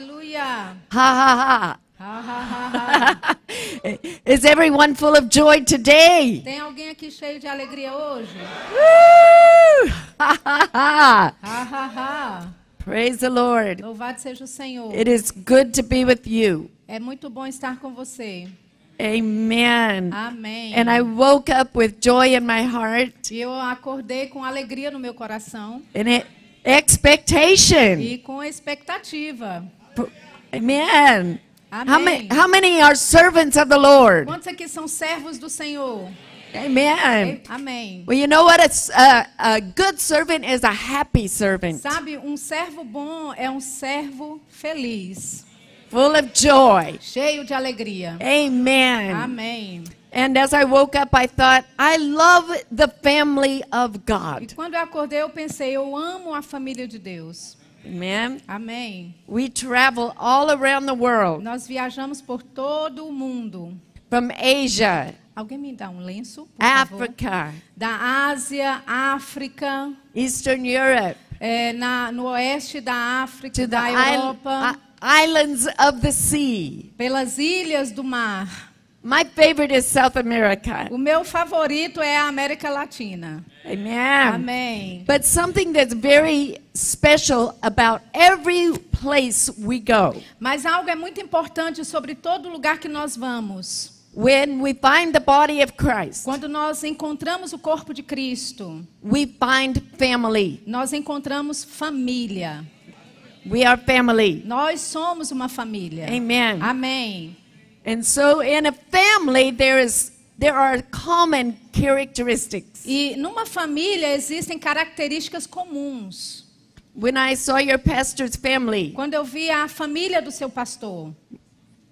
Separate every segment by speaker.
Speaker 1: ha.
Speaker 2: Ha ha
Speaker 1: Ha, ha, ha, ha.
Speaker 2: ha. Is everyone full of joy today?
Speaker 1: Tem alguém aqui cheio de alegria hoje?
Speaker 2: Woo! Ha ha ha.
Speaker 1: Ha, ha, ha.
Speaker 2: Praise the Lord.
Speaker 1: Louvado seja o Senhor.
Speaker 2: It is good to be with you.
Speaker 1: É muito bom estar com você.
Speaker 2: Amen.
Speaker 1: Amém.
Speaker 2: And I woke up with joy in my heart
Speaker 1: E eu acordei com alegria no meu coração
Speaker 2: and e- expectation.
Speaker 1: e com expectativa.
Speaker 2: Pr- Amen. How many,
Speaker 1: Amém.
Speaker 2: how many are servants of the Lord?
Speaker 1: Quantos aqui são servos do Senhor?
Speaker 2: Amen.
Speaker 1: Amém.
Speaker 2: Well, you know what? It's a, a good servant is a happy servant,
Speaker 1: Sabe, um servo bom é um servo feliz,
Speaker 2: full of joy.
Speaker 1: cheio de alegria.
Speaker 2: Amen.
Speaker 1: Amém.
Speaker 2: And as I woke up, I thought, I love the family of
Speaker 1: E
Speaker 2: God.
Speaker 1: quando eu acordei, eu pensei, eu amo a família de Deus.
Speaker 2: Amen.
Speaker 1: Amém.
Speaker 2: We travel all around the world,
Speaker 1: Nós viajamos por todo o mundo.
Speaker 2: from Asia,
Speaker 1: Alguém me dá um lenço, por
Speaker 2: É
Speaker 1: favor?
Speaker 2: Africa,
Speaker 1: Da Ásia, África,
Speaker 2: Eastern Europe,
Speaker 1: é, na, no oeste da África,
Speaker 2: to the
Speaker 1: da
Speaker 2: isl-
Speaker 1: Europa,
Speaker 2: i- islands of the sea.
Speaker 1: pelas ilhas do mar.
Speaker 2: My favorite is South America.
Speaker 1: O meu favorito é a América Latina.
Speaker 2: Amen.
Speaker 1: Amém.
Speaker 2: Um, But something that's very special about every place we go,
Speaker 1: Mas algo é muito importante sobre todo lugar que nós vamos.
Speaker 2: when we find the body of Christ,
Speaker 1: Quando nós encontramos o corpo de Cristo,
Speaker 2: we find family.
Speaker 1: nós encontramos família.
Speaker 2: We are family.
Speaker 1: Nós somos uma família.
Speaker 2: Amen.
Speaker 1: Amém.
Speaker 2: And so in a family there is there are common characteristics.
Speaker 1: E numa família existem características comuns.
Speaker 2: When I saw your pastor's family
Speaker 1: Quando eu vi a família do seu pastor,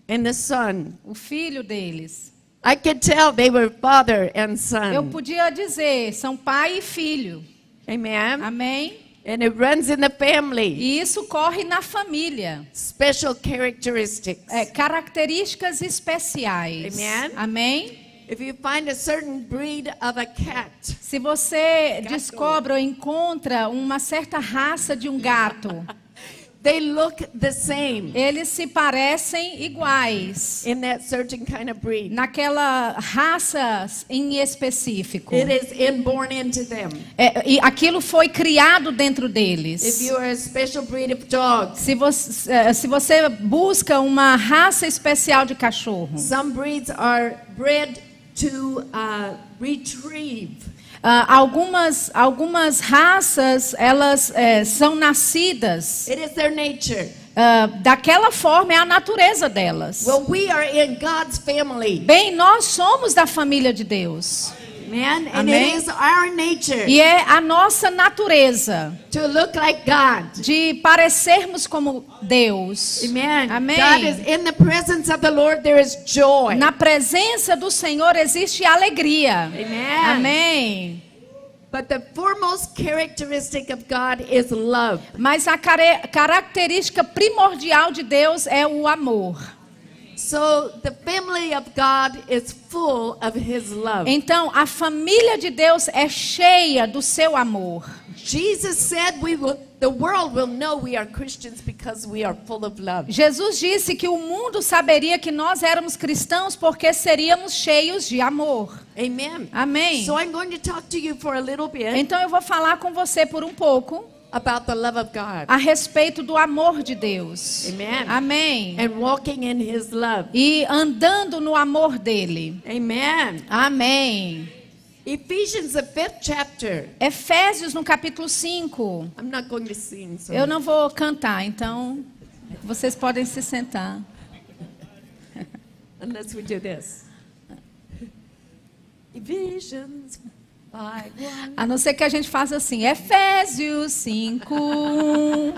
Speaker 2: and the son,
Speaker 1: o filho deles,
Speaker 2: I could tell they were father and
Speaker 1: eu
Speaker 2: son.
Speaker 1: podia dizer, são pai e filho. ah.
Speaker 2: Amen.
Speaker 1: Amém?
Speaker 2: And it runs in the family.
Speaker 1: E isso corre na família.
Speaker 2: Special characteristics.
Speaker 1: É, características especiais.
Speaker 2: Amen.
Speaker 1: Amém?
Speaker 2: If you find a certain breed of a cat,
Speaker 1: Se você descobre ou encontra uma certa raça de um gato,
Speaker 2: they look the same
Speaker 1: eles se parecem iguais
Speaker 2: in that certain kind of breed.
Speaker 1: naquela raça em específico.
Speaker 2: It is inborn into them.
Speaker 1: É, e aquilo foi criado dentro
Speaker 2: If
Speaker 1: deles.
Speaker 2: you are a special breed of dogs,
Speaker 1: Se você, eh, se você busca uma raça especial de cachorro,
Speaker 2: some breeds are bred to uh, retrieve.
Speaker 1: ah, algumas, algumas raças elas eh, são nascidas
Speaker 2: It is their nature.
Speaker 1: Ah, daquela forma é a natureza delas.
Speaker 2: Well, we are in God's family,
Speaker 1: Bem, nós somos da família de Deus.
Speaker 2: man, and
Speaker 1: Amen.
Speaker 2: it is our nature
Speaker 1: E é a nossa natureza
Speaker 2: to look like God.
Speaker 1: de parecermos como Deus.
Speaker 2: Amen.
Speaker 1: Amém.
Speaker 2: God is in the presence of the Lord. There is joy.
Speaker 1: Na presença do Senhor existe alegria.
Speaker 2: Amen.
Speaker 1: Amém.
Speaker 2: But the foremost characteristic of God is love.
Speaker 1: Mas a care- característica primordial de Deus é o amor.
Speaker 2: So the family of God is full of his love.
Speaker 1: Então, a família de Deus é cheia do seu amor.
Speaker 2: Jesus said we will the world will know we are Christians because we are full of love.
Speaker 1: Jesus disse que o mundo saberia que nós éramos cristãos porque seríamos cheios de amor.
Speaker 2: Amen.
Speaker 1: Amém.
Speaker 2: So I'm going to talk to you for a little bit
Speaker 1: Então eu vou falar com você por um pouco
Speaker 2: about the love of God
Speaker 1: a respeito do amor de Deus.
Speaker 2: Amen.
Speaker 1: Amém.
Speaker 2: and walking in his love.
Speaker 1: E andando no amor dele.
Speaker 2: Amen.
Speaker 1: Amém.
Speaker 2: Ephesians the 5th chapter.
Speaker 1: Efésios no capítulo 5.
Speaker 2: I'm not going to sing so
Speaker 1: Eu não vou cantar, então vocês podem se sentar.
Speaker 2: unless we do this. Ephesians 5 1
Speaker 1: A não ser que a gente faça assim, Efésios 5.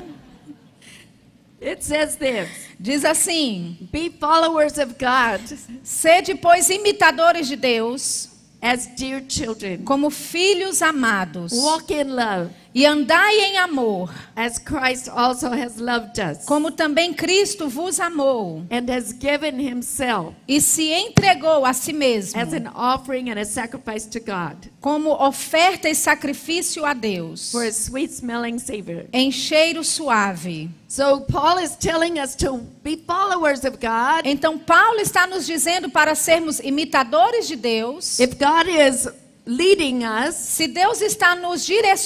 Speaker 2: It says this
Speaker 1: Diz assim:
Speaker 2: Be followers of God
Speaker 1: Sede, pois, imitadores de Deus,
Speaker 2: as dear children.
Speaker 1: como filhos amados,
Speaker 2: Walk in love
Speaker 1: e andai em amor,
Speaker 2: as Christ also has loved us
Speaker 1: como também Cristo vos amou,
Speaker 2: and has given himself
Speaker 1: e se entregou a si mesmo,
Speaker 2: as an offering and a sacrifice to God
Speaker 1: como oferta e sacrifício a Deus,
Speaker 2: for a sweet smelling savor.
Speaker 1: em cheiro suave.
Speaker 2: So Paul is telling us to be followers of God.
Speaker 1: Então, Paulo está nos dizendo para sermos imitadores de Deus.
Speaker 2: If God is leading us,
Speaker 1: Se Deus está nos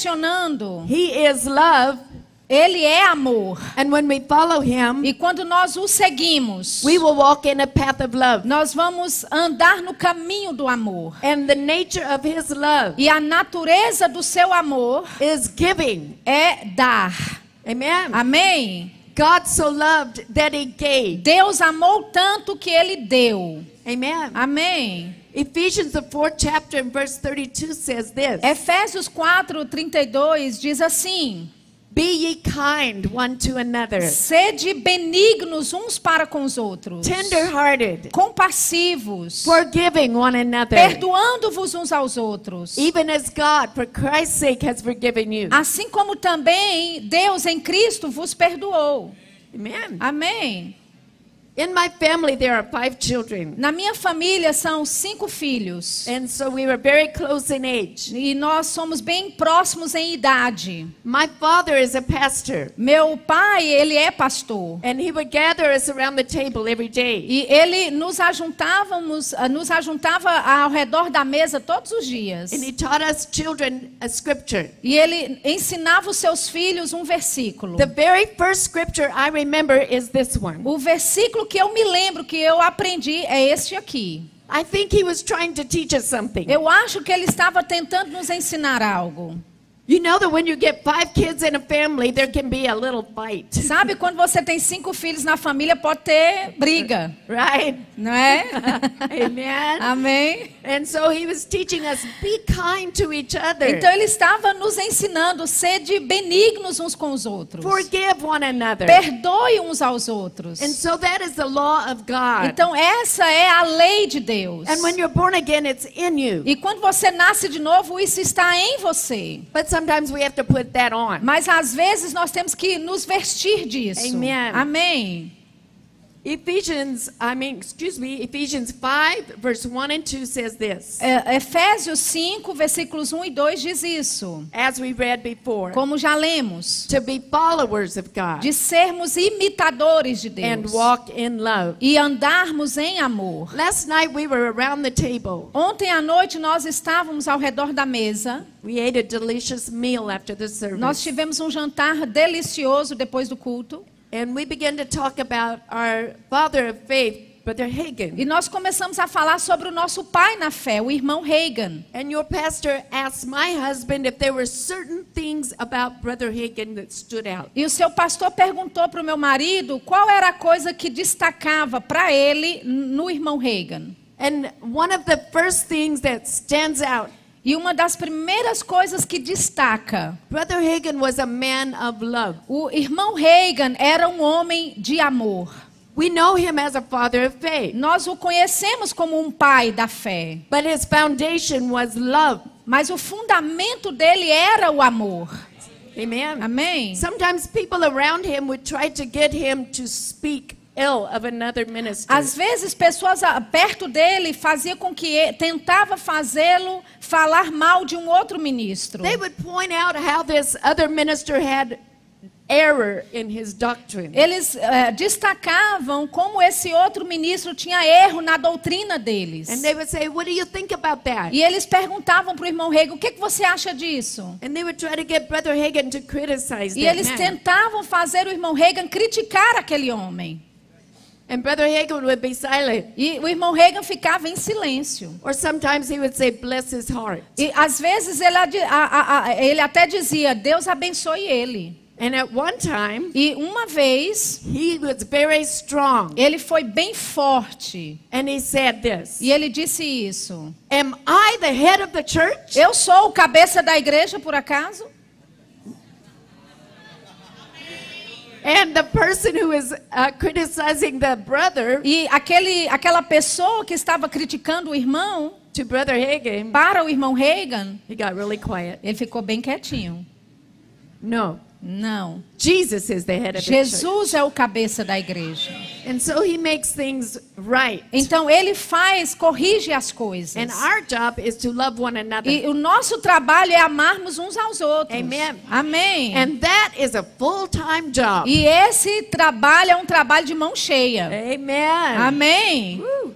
Speaker 1: direcionando,
Speaker 2: He is love,
Speaker 1: Ele é amor.
Speaker 2: and when we follow Him,
Speaker 1: E quando nós o seguimos,
Speaker 2: we will walk in a path of love.
Speaker 1: nós vamos andar no caminho do amor.
Speaker 2: And the nature of His love
Speaker 1: E a natureza do seu amor
Speaker 2: is giving.
Speaker 1: é dar.
Speaker 2: Amen.
Speaker 1: Amém?
Speaker 2: God so loved that He gave.
Speaker 1: Deus amou tanto que ele deu.
Speaker 2: Amen.
Speaker 1: Amém?
Speaker 2: Ephesians, the fourth chapter, and verse 32 says this
Speaker 1: Efésios 4, 32 diz assim:
Speaker 2: Be ye kind one to another,
Speaker 1: Sede benignos uns para com os outros,
Speaker 2: tender hearted,
Speaker 1: compassivos,
Speaker 2: forgiving one another,
Speaker 1: perdoando-vos uns aos outros.
Speaker 2: even as God, for Christ's sake, has forgiven you.
Speaker 1: Assim como também Deus em Cristo vos perdoou.
Speaker 2: Amen.
Speaker 1: Amém.
Speaker 2: In my family, there are five children.
Speaker 1: Na minha família são cinco filhos.
Speaker 2: And so we were very close in age.
Speaker 1: E nós somos bem próximos em idade.
Speaker 2: My father is a pastor,
Speaker 1: Meu pai, ele é pastor.
Speaker 2: and he would gather us around the table every day.
Speaker 1: E ele nos ajuntávamos, ah, nos ajuntava ao redor da mesa todos os dias.
Speaker 2: And he taught us children a scripture.
Speaker 1: E ele ensinava os seus filhos um versículo.
Speaker 2: The very first scripture I remember is this one.
Speaker 1: O versículo que eu me lembro que eu aprendi é este aqui.
Speaker 2: I think he was trying to teach us something.
Speaker 1: Eu acho que ele estava tentando nos ensinar algo.
Speaker 2: You know that when you get five kids in a family, there can be a little fight,
Speaker 1: Sabe quando você tem cinco filhos na família pode ter briga,
Speaker 2: right?
Speaker 1: não é?
Speaker 2: Amen.
Speaker 1: Amém.
Speaker 2: And so he was teaching us be kind to each other,
Speaker 1: Então ele estava nos ensinando sede benignos uns com os outros.
Speaker 2: forgive one another.
Speaker 1: Perdoe uns aos outros.
Speaker 2: And so that is the law of God.
Speaker 1: Então essa é a lei de Deus.
Speaker 2: And when you're born again, it's in you.
Speaker 1: E quando você nasce de novo, isso está em você.
Speaker 2: But sometimes we have to put that on.
Speaker 1: Mas às vezes nós temos que nos vestir disso.
Speaker 2: Amen.
Speaker 1: Amém.
Speaker 2: Ephesians, I mean, excuse me, Ephesians 5, verse 1 and 2 says this,
Speaker 1: É, Efésios 5, versículos 1 e 2 diz isso.
Speaker 2: as we read before,
Speaker 1: Como já lemos,
Speaker 2: to be followers of God
Speaker 1: de sermos imitadores de
Speaker 2: and
Speaker 1: Deus
Speaker 2: walk in love.
Speaker 1: e andarmos em amor.
Speaker 2: Last night we were around the table.
Speaker 1: Ontem à noite nós estávamos ao redor da mesa.
Speaker 2: We ate a delicious meal after the
Speaker 1: Nós
Speaker 2: service.
Speaker 1: tivemos um jantar delicioso depois do culto.
Speaker 2: And we began to talk about our father of faith, Brother
Speaker 1: E
Speaker 2: Hagen.
Speaker 1: nós começamos a falar sobre o nosso pai na fé, o irmão Reagan.
Speaker 2: And your pastor asked my husband if there were certain things about Brother Hagen that stood out.
Speaker 1: E o seu pastor perguntou para o meu marido qual era a coisa que destacava para ele no irmão Reagan.
Speaker 2: And one of the first things that stands out,
Speaker 1: E uma das primeiras coisas que destaca,
Speaker 2: Brother Hagen was a man of love.
Speaker 1: o irmão Reagan era um homem de amor.
Speaker 2: We know him as a father of faith,
Speaker 1: Nós o conhecemos como um pai da fé,
Speaker 2: but his foundation was love.
Speaker 1: mas o fundamento dele era o amor.
Speaker 2: Amen.
Speaker 1: Amém?
Speaker 2: Sometimes people around him would try to get him to speak ill of another minister.
Speaker 1: Às vezes pessoas a- perto dele fazia com que e- tentava fazê-lo falar mal de um outro ministro.
Speaker 2: They would point out how this other minister had error in his doctrine.
Speaker 1: Eles eh, destacavam como esse outro ministro tinha erro na doutrina deles.
Speaker 2: And they would say, What do you think about that?
Speaker 1: E eles perguntavam para o irmão Rego, o que, que você acha disso?
Speaker 2: And they would try to get Brother Hagen to criticize
Speaker 1: E
Speaker 2: that
Speaker 1: eles
Speaker 2: man.
Speaker 1: tentavam fazer o irmão Reagan criticar aquele homem.
Speaker 2: And Brother Hagen would be silent.
Speaker 1: E o irmão Reagan ficava em silêncio.
Speaker 2: Or sometimes he would say, Bless his heart.
Speaker 1: E às vezes ele, adi- a- a- a- ele até dizia, Deus abençoe ele.
Speaker 2: And at one time,
Speaker 1: E uma vez
Speaker 2: he was very strong.
Speaker 1: ele foi bem forte
Speaker 2: And he said this
Speaker 1: e ele disse isso.
Speaker 2: Am I the head of the church?
Speaker 1: Eu sou o cabeça da igreja, por acaso?
Speaker 2: And the person who is uh, criticizing the brother
Speaker 1: E aquele, aquela pessoa que estava criticando o irmão,
Speaker 2: to Brother Hagen,
Speaker 1: para o irmão Reagan,
Speaker 2: he got really quiet.
Speaker 1: ele ficou bem quietinho.
Speaker 2: No,
Speaker 1: Não.
Speaker 2: Jesus is the head of the church.
Speaker 1: Jesus é o cabeça da igreja.
Speaker 2: And so he makes things right.
Speaker 1: Então ele faz, corrige as coisas.
Speaker 2: And our job is to love one another.
Speaker 1: E o nosso trabalho é amarmos uns aos outros.
Speaker 2: Amen.
Speaker 1: Amém.
Speaker 2: And that is a full-time job.
Speaker 1: E esse trabalho é um trabalho de mão cheia.
Speaker 2: Amen.
Speaker 1: Amém.
Speaker 2: Woo.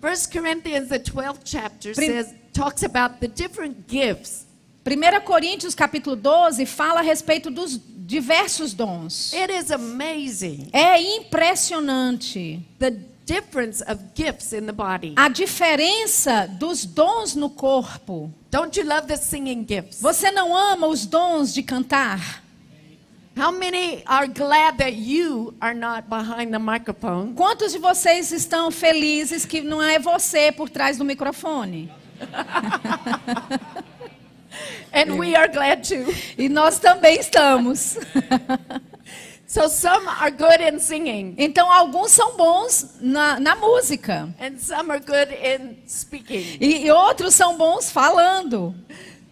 Speaker 2: First Corinthians the 12th chapter
Speaker 1: Prim-
Speaker 2: says talks about the different gifts.
Speaker 1: 1 Coríntios capítulo 12 fala a respeito dos diversos dons.
Speaker 2: It is amazing
Speaker 1: É impressionante
Speaker 2: the difference of gifts in the body.
Speaker 1: a diferença dos dons no corpo.
Speaker 2: Don't you love the singing gifts?
Speaker 1: Você não ama os dons de cantar?
Speaker 2: How many are glad that you are not behind the microphone?
Speaker 1: Quantos de vocês estão felizes que não é você por trás do microfone?
Speaker 2: And we are glad too.
Speaker 1: E nós também estamos.
Speaker 2: So some are good in singing
Speaker 1: Então, alguns são bons na, na música.
Speaker 2: and some are good in speaking.
Speaker 1: E, e outros são bons falando.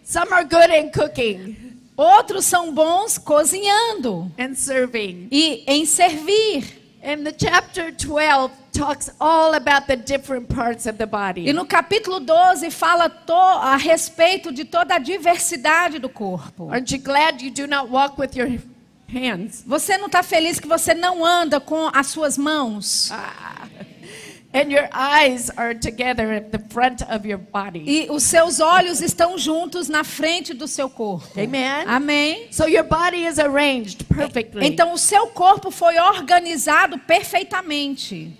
Speaker 2: Some are good in cooking
Speaker 1: Outros são bons cozinhando
Speaker 2: and serving.
Speaker 1: e em servir.
Speaker 2: And the chapter 12 talks all about the different parts of the
Speaker 1: E
Speaker 2: body.
Speaker 1: no capítulo 12 fala to- a respeito de toda a diversidade do corpo.
Speaker 2: Aren't you glad you do not walk with your hands?
Speaker 1: Você não está feliz que você não anda com as suas mãos?
Speaker 2: And your eyes are together at the front of your body.
Speaker 1: E os seus olhos estão juntos na frente do seu corpo.
Speaker 2: Amen.
Speaker 1: Amém?
Speaker 2: So your body is arranged perfectly.
Speaker 1: Então o seu corpo foi organizado perfeitamente.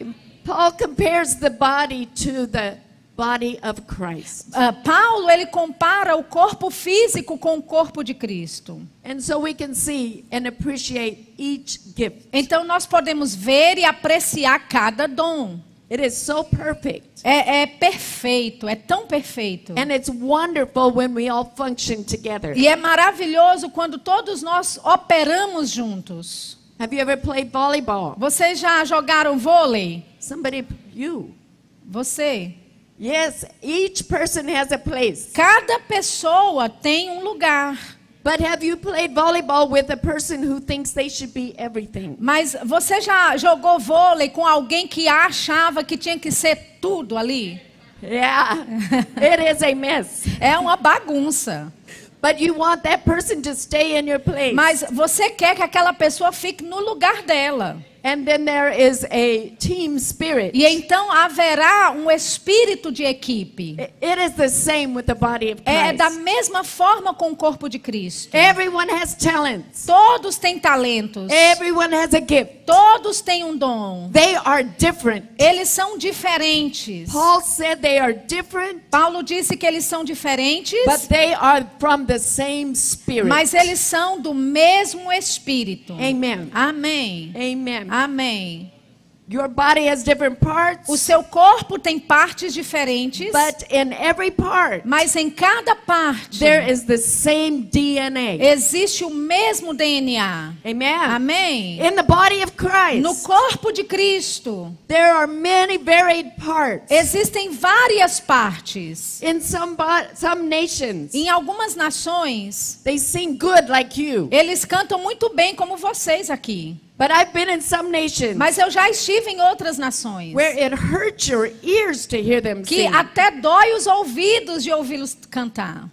Speaker 2: Paul compares the body to the body of Christ.
Speaker 1: Ah, Paulo ele compara o corpo físico com o corpo de Cristo.
Speaker 2: And so we can see and appreciate each gift.
Speaker 1: Então nós podemos ver e apreciar cada dom.
Speaker 2: It is so perfect.
Speaker 1: É, é perfeito, é tão perfeito.
Speaker 2: And it's wonderful when we all function together.
Speaker 1: E é maravilhoso quando todos nós operamos juntos.
Speaker 2: Have you ever played volleyball?
Speaker 1: Vocês já jogaram vôlei?
Speaker 2: Somebody, you.
Speaker 1: Você?
Speaker 2: Yes, each person has a place.
Speaker 1: Cada pessoa tem um lugar.
Speaker 2: But have you played volleyball with a person who thinks they should be everything?
Speaker 1: Mas você já jogou vôlei com alguém que achava que tinha que ser tudo ali?
Speaker 2: Yeah, it is a mess.
Speaker 1: É uma bagunça.
Speaker 2: But you want that person to stay in your place.
Speaker 1: Mas você quer que aquela pessoa fique no lugar dela.
Speaker 2: and then there is a team spirit.
Speaker 1: E então haverá um espírito de equipe.
Speaker 2: I- It is the same with the body of
Speaker 1: É
Speaker 2: Christ.
Speaker 1: da mesma forma com o corpo de Cristo.
Speaker 2: Everyone has talents.
Speaker 1: Todos têm talentos.
Speaker 2: Everyone has a gift.
Speaker 1: Todos têm um dom.
Speaker 2: They are different.
Speaker 1: Eles são diferentes.
Speaker 2: Paul said they are different,
Speaker 1: Paulo disse que eles são diferentes,
Speaker 2: but they are from the same spirit.
Speaker 1: mas eles são do mesmo espírito.
Speaker 2: Amen.
Speaker 1: Amém.
Speaker 2: Amen.
Speaker 1: Amém.
Speaker 2: Your body has different
Speaker 1: O
Speaker 2: parts,
Speaker 1: seu corpo tem partes diferentes,
Speaker 2: but in every part
Speaker 1: mas em cada parte
Speaker 2: there is the same DNA.
Speaker 1: existe o mesmo DNA.
Speaker 2: Amen.
Speaker 1: Amém.
Speaker 2: In the body of
Speaker 1: No
Speaker 2: Christ,
Speaker 1: corpo de Cristo
Speaker 2: there are many varied parts.
Speaker 1: existem várias partes.
Speaker 2: In some bo- some nations,
Speaker 1: Em algumas nações,
Speaker 2: they sing good like you.
Speaker 1: eles cantam muito bem como vocês aqui.
Speaker 2: But I've been in some nations
Speaker 1: Mas eu já estive em outras nações
Speaker 2: where it hurts your ears to hear them
Speaker 1: que
Speaker 2: sing.
Speaker 1: até dói os ouvidos de ouvi-los cantar.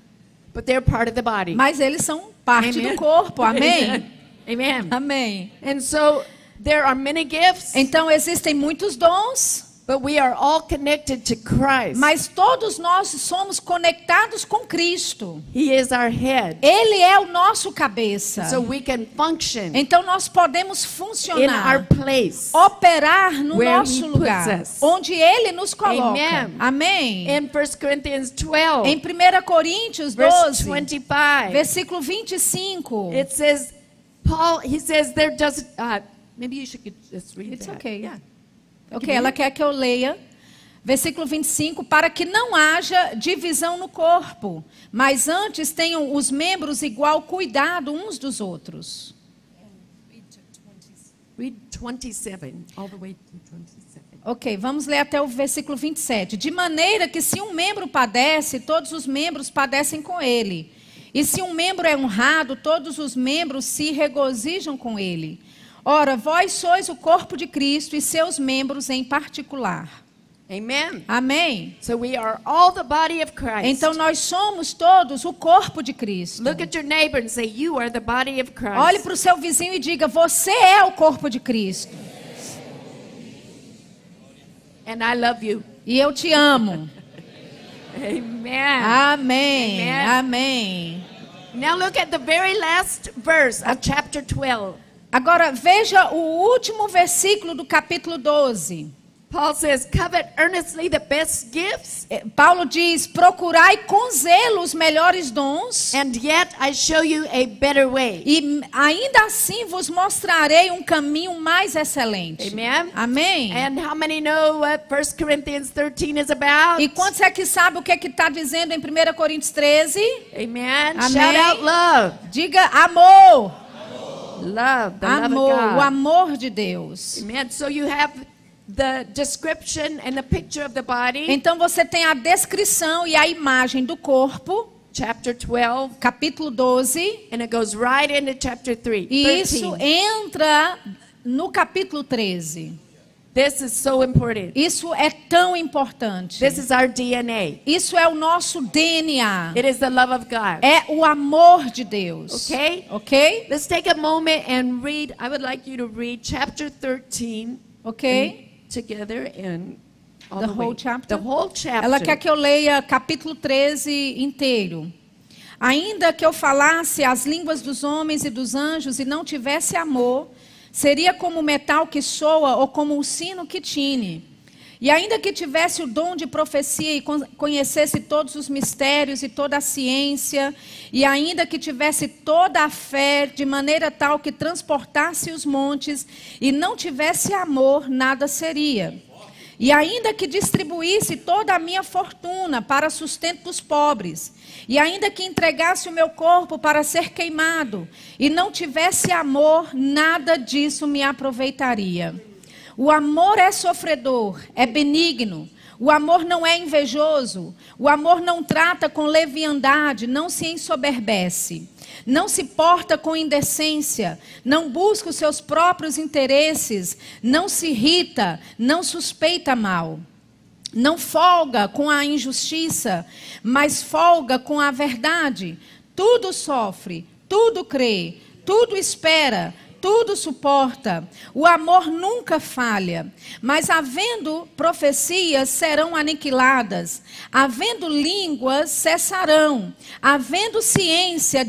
Speaker 2: But they're part of the body.
Speaker 1: Mas eles são parte
Speaker 2: Amen.
Speaker 1: do corpo. Amém.
Speaker 2: Amen. Amen.
Speaker 1: Amém.
Speaker 2: And so there are many gifts,
Speaker 1: Então existem muitos dons,
Speaker 2: but we are all connected to Christ.
Speaker 1: mas todos nós somos conectados com Cristo.
Speaker 2: He is our head.
Speaker 1: Ele é o nosso cabeça.
Speaker 2: So we can function
Speaker 1: Então nós podemos
Speaker 2: in our
Speaker 1: funcionar,
Speaker 2: place.
Speaker 1: Oh, operar no
Speaker 2: Where he
Speaker 1: nosso
Speaker 2: puts
Speaker 1: lugar,
Speaker 2: us.
Speaker 1: onde Ele nos coloca.
Speaker 2: Amen.
Speaker 1: Amém.
Speaker 2: In 1 Corinthians 12,
Speaker 1: Em 1 Coríntios
Speaker 2: verse
Speaker 1: 12,
Speaker 2: 25,
Speaker 1: versículo 25.
Speaker 2: it says, Paul, he says, there does, uh, maybe you should just read
Speaker 1: It's
Speaker 2: that.
Speaker 1: okay.
Speaker 2: Yeah.
Speaker 1: Ok, ela quer que eu leia. Versículo 25, para que não haja divisão no corpo, mas antes tenham os membros igual cuidado uns dos outros.
Speaker 2: Read 27, all the way to 27.
Speaker 1: Ok, vamos ler até o versículo 27. De maneira que se um membro padece, todos os membros padecem com ele. E se um membro é honrado, todos os membros se regozijam com ele. Ora, vós sois o corpo de Cristo e seus membros em particular.
Speaker 2: Amen.
Speaker 1: Amém?
Speaker 2: So we are all the body of Christ.
Speaker 1: Então nós somos todos o corpo de Cristo.
Speaker 2: Look at your neighbor and say, You are the body of Christ.
Speaker 1: Olhe para o seu vizinho e diga: Você é o corpo de Cristo.
Speaker 2: And I love you.
Speaker 1: E eu te amo.
Speaker 2: Amen.
Speaker 1: Amém.
Speaker 2: Amen.
Speaker 1: Amém.
Speaker 2: Now look at the very last verse of chapter 12.
Speaker 1: Agora veja o último versículo do capítulo 12.
Speaker 2: Paul says, Covet earnestly the best gifts,
Speaker 1: É, Paulo diz: Procurai com zelo os melhores dons,
Speaker 2: and yet I show you a better way.
Speaker 1: e ainda assim vos mostrarei um caminho mais excelente.
Speaker 2: Amen. É,
Speaker 1: Amém.
Speaker 2: And how many know what 1 Corinthians 13 is about?
Speaker 1: E quantos é que sabe o que é que está dizendo em 1 Coríntios 13?
Speaker 2: Amen.
Speaker 1: Amém.
Speaker 2: Shout out love.
Speaker 1: Diga amor.
Speaker 2: Love, the
Speaker 1: Amor,
Speaker 2: love of
Speaker 1: o
Speaker 2: God.
Speaker 1: amor de Deus.
Speaker 2: Amen. So you have the description and the picture of the body,
Speaker 1: Então você tem a descrição e a imagem do corpo,
Speaker 2: chapter 12,
Speaker 1: capítulo 12,
Speaker 2: and it goes right into chapter 3.
Speaker 1: e isso
Speaker 2: 13.
Speaker 1: entra no capítulo 13.
Speaker 2: This is so important.
Speaker 1: Isso é tão importante.
Speaker 2: This is our DNA.
Speaker 1: Isso é o nosso DNA.
Speaker 2: It is the love of God.
Speaker 1: É o amor de Deus.
Speaker 2: Ok?
Speaker 1: Ok?
Speaker 2: Let's take a moment and read. I would like you to read chapter 13
Speaker 1: Ok?
Speaker 2: together and all
Speaker 1: The
Speaker 2: the,
Speaker 1: whole
Speaker 2: way.
Speaker 1: chapter?
Speaker 2: The whole chapter.
Speaker 1: Ela quer que eu leia capítulo 13 inteiro. Ainda que eu falasse as línguas dos homens e dos anjos e não tivesse amor, seria como o metal que soa ou como o sino que tine. E ainda que tivesse o dom de profecia e con- conhecesse todos os mistérios e toda a ciência, e ainda que tivesse toda a fé de maneira tal que transportasse os montes, e não tivesse amor, nada seria. E ainda que distribuísse toda a minha fortuna para sustento dos pobres, e ainda que entregasse o meu corpo para ser queimado, e não tivesse amor, nada disso me aproveitaria. O amor é sofredor, é benigno. O amor não é invejoso. O amor não trata com leviandade, não se ensoberbece. Não se porta com indecência, não busca os seus próprios interesses, não se irrita, não suspeita mal. Não folga com a injustiça, mas folga com a verdade. Tudo sofre, tudo crê, tudo espera, tudo suporta. O amor nunca falha. Mas havendo profecias, serão aniquiladas. Havendo línguas, cessarão. Havendo ciência,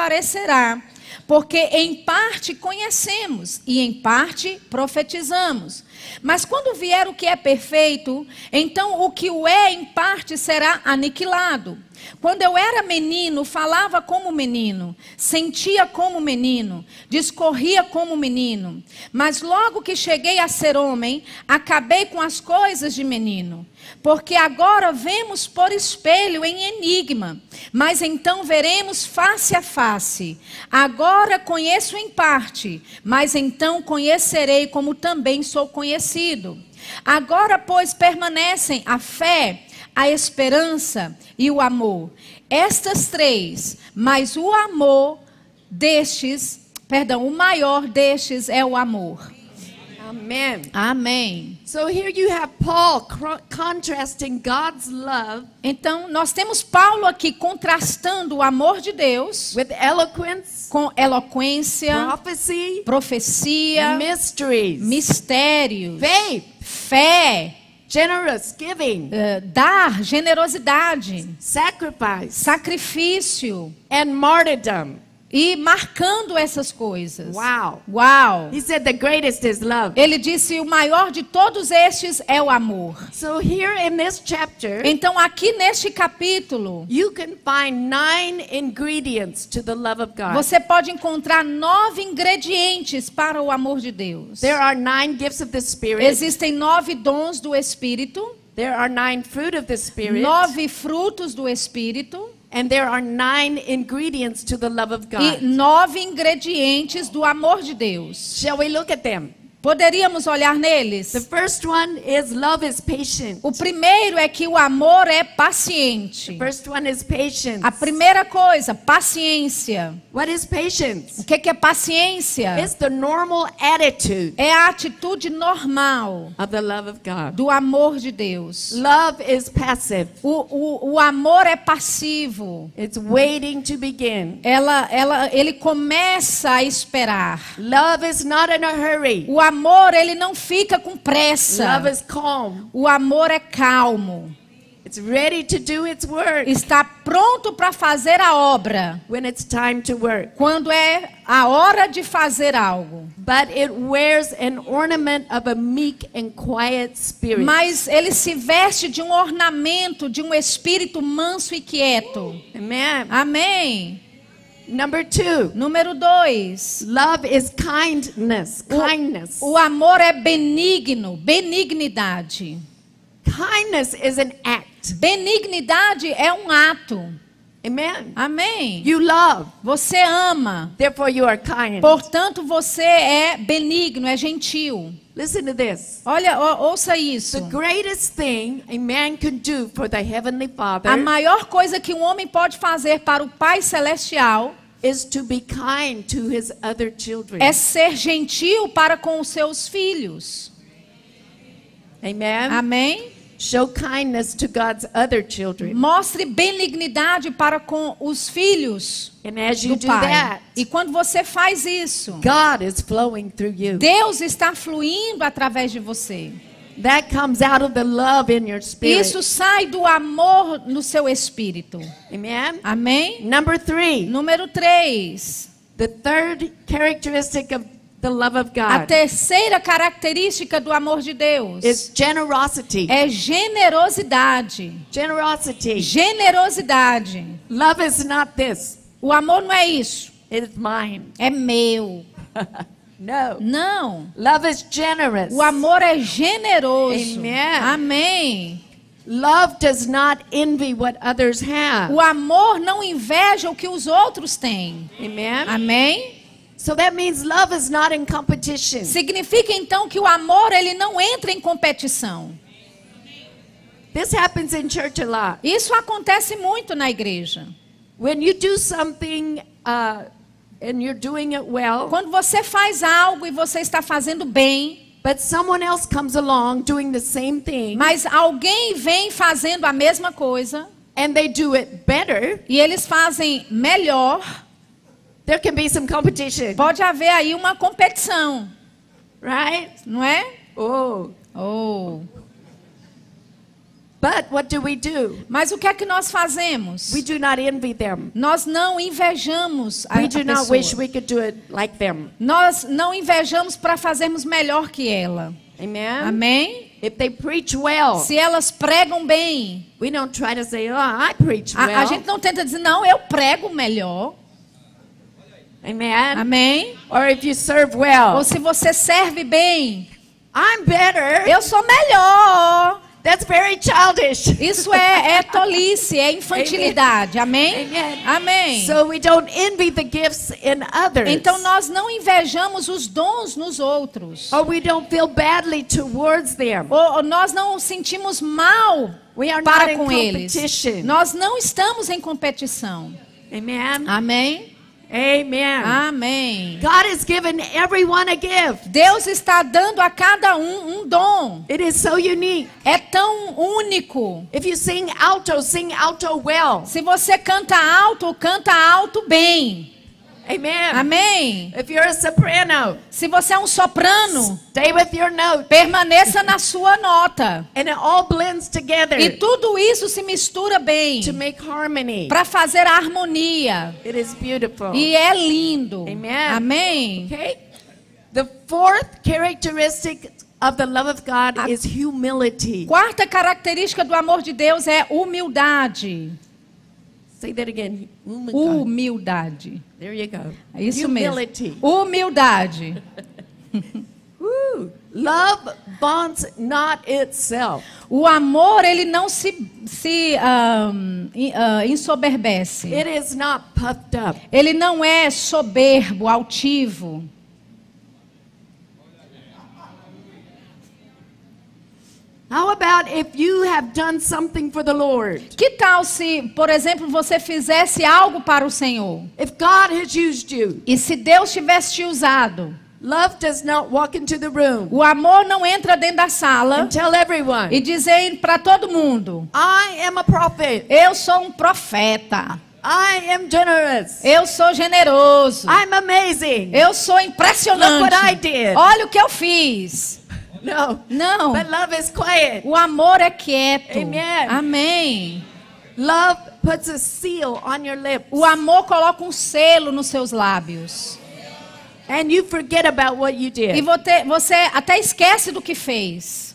Speaker 1: desaparecerá. Porque em parte conhecemos e em parte profetizamos. Mas quando vier o que é perfeito, então o que o é em parte será aniquilado. Quando eu era menino, falava como menino, sentia como menino, discorria como menino. Mas logo que cheguei a ser homem, acabei com as coisas de menino. Porque agora vemos por espelho em enigma, mas então veremos face a face. Agora conheço em parte, mas então conhecerei como também sou conhecido. Agora, pois, permanecem a fé, a esperança e o amor. Estas três, mas o amor destes, perdão, o maior destes é o amor.
Speaker 2: Amen.
Speaker 1: Amém.
Speaker 2: So here you have Paul cro- contrasting God's love
Speaker 1: Então, nós temos Paulo aqui contrastando o amor de Deus
Speaker 2: with eloquence,
Speaker 1: com eloquência,
Speaker 2: prophecy,
Speaker 1: profecia,
Speaker 2: mysteries,
Speaker 1: mistérios,
Speaker 2: faith,
Speaker 1: fé,
Speaker 2: generous giving,
Speaker 1: eh, dar, generosidade,
Speaker 2: sacrifice,
Speaker 1: sacrifício
Speaker 2: and martyrdom.
Speaker 1: e marcando essas coisas.
Speaker 2: Wow.
Speaker 1: Uau!
Speaker 2: He said the greatest is love.
Speaker 1: Ele disse: o maior de todos estes é o amor.
Speaker 2: So here in this chapter,
Speaker 1: Então, aqui neste capítulo,
Speaker 2: You can find nine ingredients to the love of God.
Speaker 1: você pode encontrar nove ingredientes para o amor de Deus.
Speaker 2: There are nine gifts of the Spirit.
Speaker 1: Existem nove dons do Espírito,
Speaker 2: There are nine fruit of the Spirit.
Speaker 1: nove frutos do Espírito
Speaker 2: And there are nine ingredients to the love of
Speaker 1: e
Speaker 2: God.
Speaker 1: nove ingredientes do amor de Deus.
Speaker 2: Shall we look at them?
Speaker 1: Poderíamos olhar neles?
Speaker 2: The first one is love is patient.
Speaker 1: O primeiro é que o amor é paciente.
Speaker 2: First one is patience.
Speaker 1: A primeira coisa, paciência.
Speaker 2: What is patience?
Speaker 1: O que que é paciência?
Speaker 2: It's the normal attitude
Speaker 1: É a atitude normal
Speaker 2: of the love of God.
Speaker 1: do amor de Deus.
Speaker 2: Love is passive.
Speaker 1: O, o, o amor é passivo.
Speaker 2: It's waiting to begin.
Speaker 1: Ela, ela, ele começa a esperar.
Speaker 2: Love is not in a hurry.
Speaker 1: O amor, ele não fica com pressa.
Speaker 2: Love is calm.
Speaker 1: O amor é calmo.
Speaker 2: It's ready to do its work
Speaker 1: Está pronto para fazer a obra.
Speaker 2: when it's time to work.
Speaker 1: Quando é a hora de fazer algo.
Speaker 2: But it wears an ornament of a meek and quiet spirit.
Speaker 1: Mas ele se veste de um ornamento, de um espírito manso e quieto.
Speaker 2: Amen.
Speaker 1: Amém.
Speaker 2: Number two,
Speaker 1: Número dois.
Speaker 2: love is kindness. Kindness.
Speaker 1: O amor é benigno, benignidade.
Speaker 2: Kindness is an act.
Speaker 1: Benignidade é um ato.
Speaker 2: Amen.
Speaker 1: Amém.
Speaker 2: You love,
Speaker 1: Você ama.
Speaker 2: therefore you are kind.
Speaker 1: Portanto, você é benigno, é gentil.
Speaker 2: Listen to this.
Speaker 1: Olha, ó, ouça isso.
Speaker 2: The greatest thing a man can do for the Heavenly
Speaker 1: A
Speaker 2: Father
Speaker 1: maior coisa que um homem pode fazer para o Pai Celestial
Speaker 2: is to be kind to his other children.
Speaker 1: é ser gentil para com os seus filhos.
Speaker 2: Amen.
Speaker 1: Amém?
Speaker 2: Show kindness to God's other children.
Speaker 1: Mostre benignidade para com os filhos
Speaker 2: And as you
Speaker 1: do
Speaker 2: do
Speaker 1: Pai.
Speaker 2: that,
Speaker 1: E quando você faz isso,
Speaker 2: God is flowing through you.
Speaker 1: Deus está fluindo através de você.
Speaker 2: That comes out of the love in your spirit.
Speaker 1: Isso sai do amor no seu espírito.
Speaker 2: Amen.
Speaker 1: Amém?
Speaker 2: Number three,
Speaker 1: Número 3.
Speaker 2: the third characteristic of the love of
Speaker 1: A
Speaker 2: God
Speaker 1: terceira característica do amor de Deus
Speaker 2: is generosity.
Speaker 1: é generosidade.
Speaker 2: Generosity.
Speaker 1: Generosidade.
Speaker 2: Love is not this,
Speaker 1: O amor não é isso.
Speaker 2: it's mine.
Speaker 1: É meu.
Speaker 2: No.
Speaker 1: Não.
Speaker 2: Love is generous.
Speaker 1: O amor é generoso.
Speaker 2: Amen.
Speaker 1: Amém.
Speaker 2: Love does not envy what others have.
Speaker 1: O amor não inveja o que os outros têm.
Speaker 2: Amen.
Speaker 1: Amém?
Speaker 2: So that means love is not in competition.
Speaker 1: Significa então que o amor ele não entra em competição.
Speaker 2: This happens in church a lot.
Speaker 1: Isso acontece muito na igreja.
Speaker 2: When you do something uh, and you're doing it well,
Speaker 1: Quando você faz algo e você está fazendo bem,
Speaker 2: but someone else comes along doing the same thing
Speaker 1: mas alguém vem fazendo a mesma coisa
Speaker 2: and they do it better,
Speaker 1: e eles fazem melhor,
Speaker 2: there can be some competition,
Speaker 1: pode haver aí uma competição,
Speaker 2: right?
Speaker 1: não é?
Speaker 2: Oh.
Speaker 1: Oh.
Speaker 2: But what do we do?
Speaker 1: Mas o que é que nós fazemos?
Speaker 2: We do not envy them.
Speaker 1: Nós não invejamos a,
Speaker 2: We
Speaker 1: a
Speaker 2: do not wish
Speaker 1: pessoa.
Speaker 2: we could do it like them.
Speaker 1: Nós não invejamos para fazermos melhor que ela.
Speaker 2: Amen.
Speaker 1: Amém?
Speaker 2: If they preach well,
Speaker 1: Se elas pregam bem,
Speaker 2: we don't try to say, "Oh, I preach
Speaker 1: a, a
Speaker 2: well."
Speaker 1: gente não tenta dizer, não, eu prego melhor.
Speaker 2: Amen.
Speaker 1: Amém?
Speaker 2: Or if you serve
Speaker 1: Ou
Speaker 2: well,
Speaker 1: se você serve bem,
Speaker 2: I'm better.
Speaker 1: eu sou melhor.
Speaker 2: That's very childish.
Speaker 1: Isso é, é tolice, é infantilidade. Amém?
Speaker 2: Amen.
Speaker 1: Amém.
Speaker 2: So we don't envy the gifts in others.
Speaker 1: Então nós não invejamos os dons nos outros.
Speaker 2: or we don't feel badly towards them.
Speaker 1: Ou, ou nós não sentimos mal
Speaker 2: We are not
Speaker 1: para
Speaker 2: in
Speaker 1: com eles.
Speaker 2: competition.
Speaker 1: Nós não estamos em competição.
Speaker 2: Amen.
Speaker 1: Amém?
Speaker 2: Amen.
Speaker 1: Amém.
Speaker 2: God has given everyone a gift.
Speaker 1: Deus está dando a cada um um dom.
Speaker 2: It is so unique.
Speaker 1: É tão único.
Speaker 2: If you sing alto, sing alto well.
Speaker 1: Se você canta alto, canta alto bem.
Speaker 2: Amen.
Speaker 1: Amém?
Speaker 2: If you're a soprano,
Speaker 1: Se você é um soprano,
Speaker 2: stay with your note.
Speaker 1: permaneça na sua nota.
Speaker 2: And it all blends together
Speaker 1: E tudo isso se mistura bem
Speaker 2: to make harmony.
Speaker 1: para fazer a harmonia.
Speaker 2: It is beautiful.
Speaker 1: E é lindo.
Speaker 2: Amen.
Speaker 1: Amém?
Speaker 2: Okay? The fourth characteristic of the love of God is humility.
Speaker 1: Quarta característica do amor de Deus é humildade.
Speaker 2: Say that again. Oh my God.
Speaker 1: Humildade.
Speaker 2: There you go.
Speaker 1: É isso
Speaker 2: humility.
Speaker 1: mesmo. Humildade.
Speaker 2: Woo. Love vaunts not itself.
Speaker 1: O amor, ele não se, se ahm, in- ah, ensoberbece.
Speaker 2: It is not puffed up.
Speaker 1: Ele não é soberbo, altivo.
Speaker 2: How about if you have done something for the Lord?
Speaker 1: Que tal se, por exemplo, você fizesse algo para o Senhor?
Speaker 2: If God has used you,
Speaker 1: E se Deus tivesse te usado?
Speaker 2: love does not walk into the room
Speaker 1: O amor não entra dentro da sala
Speaker 2: and tell everyone,
Speaker 1: e dizer para todo mundo:
Speaker 2: I am a prophet.
Speaker 1: Eu sou um profeta.
Speaker 2: I am generous.
Speaker 1: Eu sou generoso.
Speaker 2: I'm amazing.
Speaker 1: Eu sou impressionante.
Speaker 2: Look what I did.
Speaker 1: Olha o que eu fiz.
Speaker 2: No.
Speaker 1: Não.
Speaker 2: But love is quiet.
Speaker 1: O amor é quieto.
Speaker 2: Amen.
Speaker 1: Amém.
Speaker 2: Love puts a seal on your lips.
Speaker 1: O amor coloca um selo nos seus lábios.
Speaker 2: And you forget about what you
Speaker 1: E
Speaker 2: did.
Speaker 1: vote- você até esquece do que fez.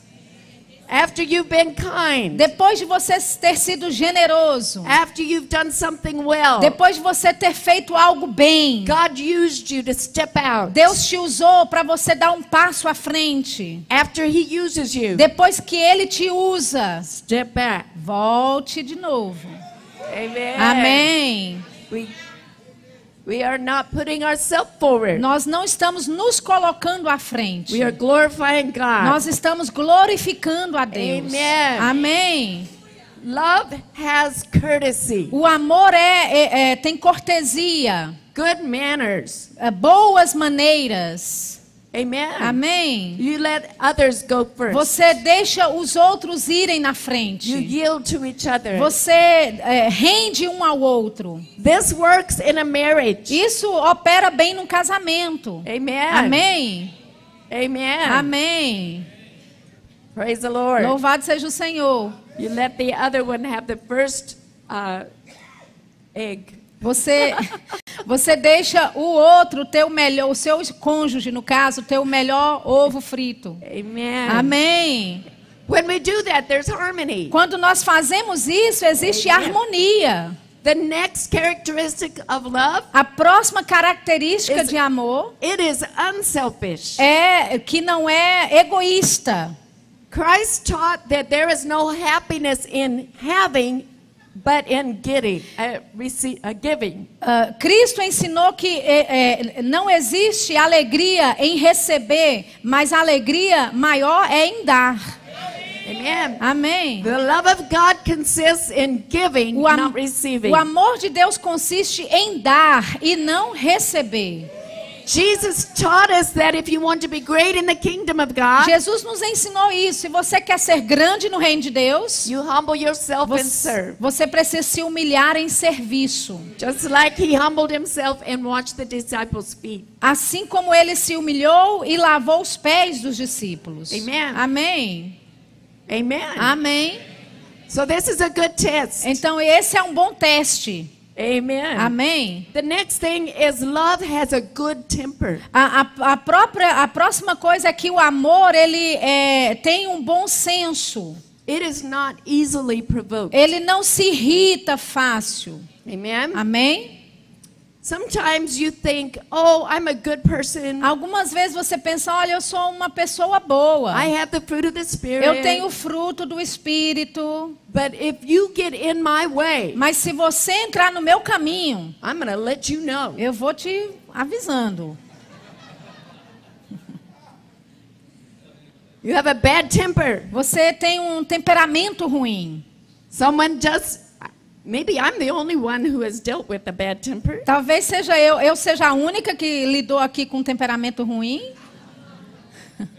Speaker 2: After you've been kind,
Speaker 1: Depois de você ter sido generoso.
Speaker 2: after you've done something well,
Speaker 1: Depois de você ter feito algo bem.
Speaker 2: God used you to step out.
Speaker 1: Deus te usou para você dar um passo à frente.
Speaker 2: After He uses you,
Speaker 1: Depois que Ele te usa,
Speaker 2: step back.
Speaker 1: volte de novo.
Speaker 2: Amen.
Speaker 1: Amém.
Speaker 2: We, we are not putting ourselves forward.
Speaker 1: Nós não estamos nos colocando à frente.
Speaker 2: We are glorifying God.
Speaker 1: Nós estamos glorificando a Deus.
Speaker 2: Amen.
Speaker 1: Amém.
Speaker 2: Love has courtesy,
Speaker 1: O amor é, é- é- tem cortesia,
Speaker 2: good manners.
Speaker 1: é, boas maneiras.
Speaker 2: Amen.
Speaker 1: Amém.
Speaker 2: You let others go first.
Speaker 1: Você deixa os outros irem na
Speaker 2: You
Speaker 1: frente.
Speaker 2: yield to each other.
Speaker 1: Você é, rende um ao outro.
Speaker 2: This works in a marriage.
Speaker 1: Isso opera bem num casamento.
Speaker 2: Amen.
Speaker 1: Amém.
Speaker 2: Amen.
Speaker 1: Amém.
Speaker 2: Praise the Lord.
Speaker 1: Louvado seja o Senhor.
Speaker 2: You let the other one have the first uh, egg.
Speaker 1: Você, você deixa o outro ter o melhor, o seu cônjuge, no caso, ter o melhor ovo frito.
Speaker 2: Amen.
Speaker 1: Amém.
Speaker 2: When we do that, there's harmony.
Speaker 1: Quando nós fazemos isso, existe
Speaker 2: Amém.
Speaker 1: harmonia.
Speaker 2: The next characteristic of love,
Speaker 1: A próxima característica
Speaker 2: Esse-
Speaker 1: de amor
Speaker 2: it is unselfish.
Speaker 1: é que não é egoísta.
Speaker 2: Christ taught that there is no happiness in having, but in getting, uh, rece- uh, giving.
Speaker 1: Ah, Cristo ensinou que é, é, não existe alegria em receber, mas a alegria maior é em dar.
Speaker 2: Amen.
Speaker 1: Amém.
Speaker 2: The love of God consists in giving,
Speaker 1: O, am-
Speaker 2: not receiving.
Speaker 1: o amor de Deus consiste em dar e não receber.
Speaker 2: Jesus taught us that if you want to be great in the kingdom of God,
Speaker 1: Jesus nos ensinou isso. Se você quer ser grande no reino de Deus,
Speaker 2: you humble yourself and
Speaker 1: você,
Speaker 2: serve.
Speaker 1: você precisa se humilhar em serviço.
Speaker 2: Just like he humbled himself and washed the disciples' feet.
Speaker 1: Assim como ele se humilhou e lavou os pés dos discípulos.
Speaker 2: Amen.
Speaker 1: Amém.
Speaker 2: Amen.
Speaker 1: Amém.
Speaker 2: so this is a good test.
Speaker 1: Então esse é um bom teste.
Speaker 2: Amen.
Speaker 1: Amém.
Speaker 2: the next thing is love has a good temper.
Speaker 1: A, a- a própria, a próxima coisa é que o amor ele é, tem um bom senso.
Speaker 2: It is not easily provoked.
Speaker 1: Ele não se irrita fácil.
Speaker 2: Amen.
Speaker 1: Amém?
Speaker 2: Sometimes you think, oh, I'm a good person.
Speaker 1: Algumas vezes você pensa, olha, eu sou uma pessoa boa.
Speaker 2: I have the fruit of the Spirit.
Speaker 1: Eu tenho o fruto do Espírito.
Speaker 2: But if you get in my way,
Speaker 1: Mas se você entrar no meu caminho,
Speaker 2: I'm going to let you know.
Speaker 1: eu vou te avisando.
Speaker 2: You have a bad temper.
Speaker 1: Você tem um temperamento ruim.
Speaker 2: Someone just, maybe I'm the only one who has dealt with a bad temper.
Speaker 1: Talvez seja eu, eu seja a única que lidou aqui com um temperamento ruim.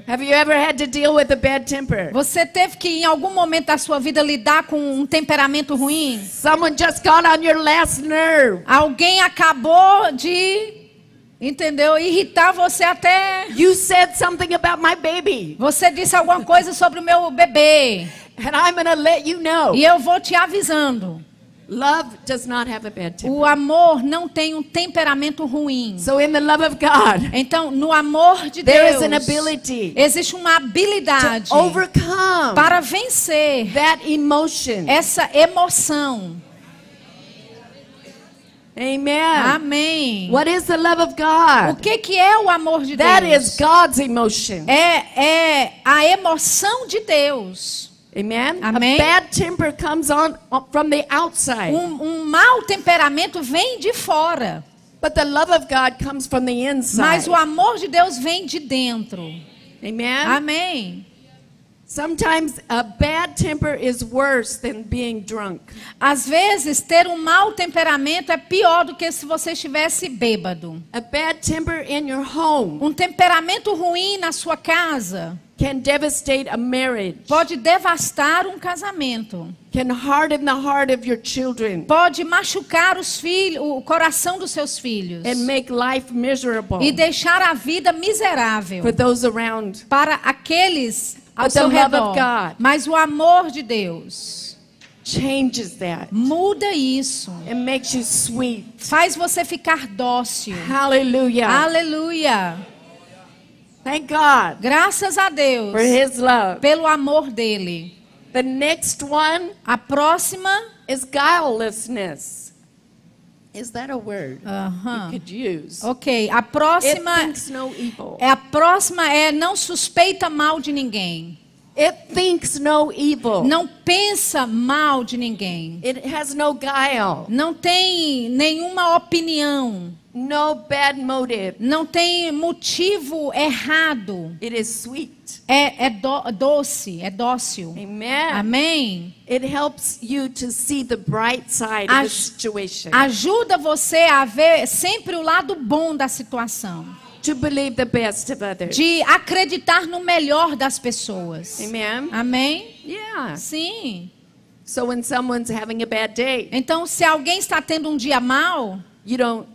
Speaker 2: Have you ever had to deal with a bad temper?
Speaker 1: Você teve que, em algum momento da sua vida, lidar com um temperamento ruim?
Speaker 2: Someone just got on your last nerve.
Speaker 1: Alguém acabou de, entendeu? Irritar você até.
Speaker 2: You said something about my baby,
Speaker 1: Você disse alguma coisa sobre o meu bebê.
Speaker 2: and I'm going to let you know.
Speaker 1: E eu vou te avisando.
Speaker 2: Love does not have a bad temper.
Speaker 1: O amor não tem um temperamento ruim.
Speaker 2: So, in the love of God,
Speaker 1: Então, no amor de
Speaker 2: there is
Speaker 1: Deus,
Speaker 2: an ability
Speaker 1: existe uma
Speaker 2: to
Speaker 1: habilidade
Speaker 2: overcome
Speaker 1: para vencer
Speaker 2: that emotion.
Speaker 1: essa emoção.
Speaker 2: Amen.
Speaker 1: Amém.
Speaker 2: What is the love of
Speaker 1: O
Speaker 2: God?
Speaker 1: que, que é o amor de
Speaker 2: That
Speaker 1: Deus?
Speaker 2: is God's emotion.
Speaker 1: É, é a emoção de Deus.
Speaker 2: Amen. Mm.
Speaker 1: Amém.
Speaker 2: A bad temper comes on from the outside,
Speaker 1: Um, um mau temperamento vem de fora,
Speaker 2: but the love of God comes from the inside. É.
Speaker 1: mas o amor de Deus vem de dentro.
Speaker 2: Amen.
Speaker 1: Amém.
Speaker 2: Sometimes a bad temper is worse than being drunk.
Speaker 1: Às vezes, ter um mau temperamento é pior do que se você estivesse bêbado.
Speaker 2: A bad temper in your home
Speaker 1: Um temperamento ruim na sua casa
Speaker 2: can devastate a marriage,
Speaker 1: pode devastar um casamento,
Speaker 2: can harden the heart of your children,
Speaker 1: pode machucar os filhos, o coração dos seus filhos
Speaker 2: and make life miserable
Speaker 1: e deixar a vida miserável
Speaker 2: for those around.
Speaker 1: para aqueles ao
Speaker 2: But the
Speaker 1: seu
Speaker 2: love
Speaker 1: redor.
Speaker 2: of God-
Speaker 1: Mas o amor de Deus
Speaker 2: Changes that
Speaker 1: muda isso.
Speaker 2: and makes you sweet.
Speaker 1: Faz você ficar dócil.
Speaker 2: Hallelujah.
Speaker 1: Aleluia.
Speaker 2: Thank God
Speaker 1: Graças a Deus
Speaker 2: for His love.
Speaker 1: pelo amor dele.
Speaker 2: The next one
Speaker 1: A próxima.
Speaker 2: is guilelessness. Is that a word
Speaker 1: Aham.
Speaker 2: you could use?
Speaker 1: Ok. A
Speaker 2: It
Speaker 1: próxima.
Speaker 2: thinks no evil.
Speaker 1: É a próxima é não suspeita mal de ninguém.
Speaker 2: It thinks no evil.
Speaker 1: Não pensa mal de ninguém.
Speaker 2: It has no guile,
Speaker 1: Não tem nenhuma opinião.
Speaker 2: no bad motive.
Speaker 1: Não tem motivo errado.
Speaker 2: It is sweet.
Speaker 1: É, é dó- doce, é dócil.
Speaker 2: Amen.
Speaker 1: Amém?
Speaker 2: It helps you to see the bright side of the
Speaker 1: Aj-
Speaker 2: situation,
Speaker 1: Ajuda você a ver sempre o lado bom da situação.
Speaker 2: to believe the best of others.
Speaker 1: De acreditar no melhor das pessoas.
Speaker 2: Amen.
Speaker 1: Amém?
Speaker 2: Yeah.
Speaker 1: Sim.
Speaker 2: So when someone's having a bad day,
Speaker 1: Então, se alguém está tendo um dia mal,
Speaker 2: you don't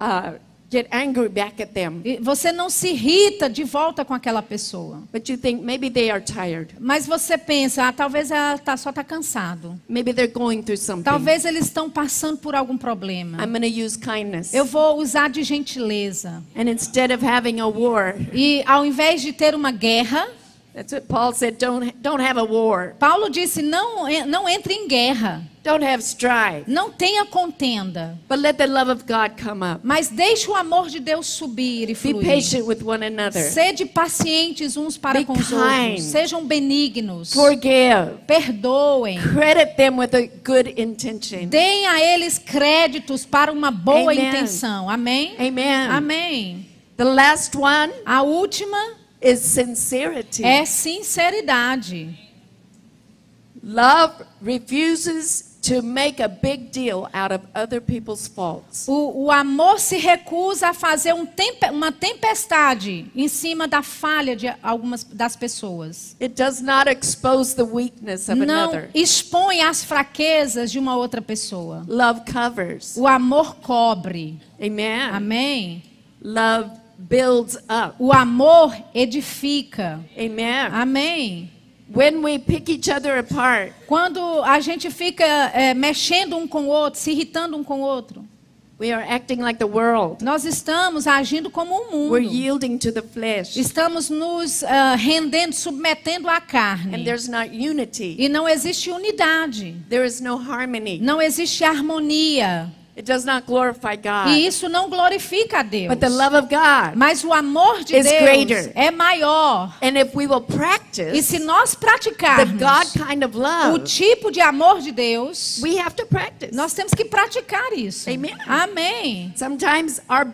Speaker 2: uh, get angry back at them,
Speaker 1: E Você não se irrita de volta com aquela pessoa.
Speaker 2: but you think maybe they are tired,
Speaker 1: Mas você pensa, ah, talvez ela tá, só está cansado.
Speaker 2: maybe they're going through something.
Speaker 1: Talvez eles estão passando por algum problema.
Speaker 2: I'm going to use kindness.
Speaker 1: Eu vou usar de gentileza.
Speaker 2: And instead of having a war,
Speaker 1: E ao invés de ter uma guerra,
Speaker 2: that's what Paul said. Don't don't have a war.
Speaker 1: Paulo disse: não, en- não entre em guerra,
Speaker 2: Don't have strife.
Speaker 1: não tenha contenda,
Speaker 2: But let the love of God come up.
Speaker 1: mas deixe o amor de Deus subir e
Speaker 2: Be
Speaker 1: fluir.
Speaker 2: patient with one another.
Speaker 1: Sede pacientes uns para
Speaker 2: Be
Speaker 1: com os
Speaker 2: kind.
Speaker 1: outros. Sejam benignos.
Speaker 2: Forgive.
Speaker 1: Perdoem.
Speaker 2: Credit them with a good intention.
Speaker 1: Deem a eles créditos para uma boa
Speaker 2: Amen.
Speaker 1: intenção. Amém?
Speaker 2: Amen.
Speaker 1: Amém.
Speaker 2: The last one
Speaker 1: A última
Speaker 2: is sincerity.
Speaker 1: é sinceridade.
Speaker 2: Love refuses to make a big deal out of other people's faults.
Speaker 1: O, o amor se recusa a fazer um tempe- uma tempestade em cima da falha de algumas das pessoas.
Speaker 2: It does not expose the weakness of
Speaker 1: Não
Speaker 2: another.
Speaker 1: expõe as fraquezas de uma outra pessoa.
Speaker 2: Love covers.
Speaker 1: O amor cobre.
Speaker 2: Amen.
Speaker 1: Amém?
Speaker 2: Love builds up.
Speaker 1: O amor edifica.
Speaker 2: Amen.
Speaker 1: Amém?
Speaker 2: When we pick each other apart,
Speaker 1: Quando a gente fica é, mexendo um com o outro, se irritando um com o outro,
Speaker 2: we are acting like the world.
Speaker 1: nós estamos agindo como o
Speaker 2: We're
Speaker 1: mundo.
Speaker 2: yielding to the flesh.
Speaker 1: Estamos nos ah, rendendo, submetendo à
Speaker 2: And
Speaker 1: carne.
Speaker 2: there's not unity.
Speaker 1: E não existe unidade.
Speaker 2: There is no harmony.
Speaker 1: Não existe harmonia.
Speaker 2: It does not glorify
Speaker 1: E
Speaker 2: God.
Speaker 1: isso não glorifica a Deus.
Speaker 2: Ah. But the love of God.
Speaker 1: Mas o amor de
Speaker 2: is
Speaker 1: Deus
Speaker 2: greater.
Speaker 1: é maior.
Speaker 2: And if we will
Speaker 1: E
Speaker 2: practice
Speaker 1: se nós
Speaker 2: the
Speaker 1: praticarmos
Speaker 2: God kind of
Speaker 1: o
Speaker 2: love,
Speaker 1: tipo de amor de Deus,
Speaker 2: we have to practice.
Speaker 1: nós temos que praticar isso.
Speaker 2: Amen.
Speaker 1: Amém.
Speaker 2: Sometimes our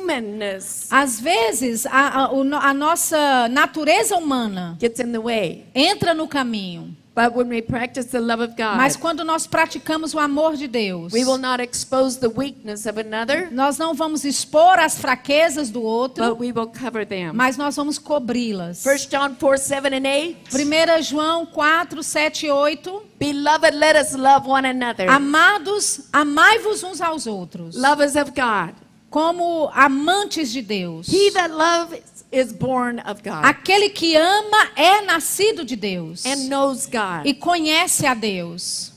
Speaker 2: humanness
Speaker 1: Às vezes, a, a- o no- a nossa natureza humana
Speaker 2: gets in the way.
Speaker 1: entra no caminho.
Speaker 2: But when we practice the love of God,
Speaker 1: Mas quando nós praticamos o amor de Deus,
Speaker 2: we will not expose the weakness of another,
Speaker 1: nós não vamos expor as fraquezas do outro,
Speaker 2: but we will cover them.
Speaker 1: mas nós vamos cobri-las.
Speaker 2: 1 John 4 7 and 8.
Speaker 1: 1 João 4, 7 e 8.
Speaker 2: Beloved, let us love one another.
Speaker 1: Amados, amai-vos uns aos outros,
Speaker 2: Lovers of God.
Speaker 1: como amantes de Deus.
Speaker 2: He that loves is born of God
Speaker 1: Aquele que ama é nascido de Deus
Speaker 2: and knows God.
Speaker 1: e conhece a Deus.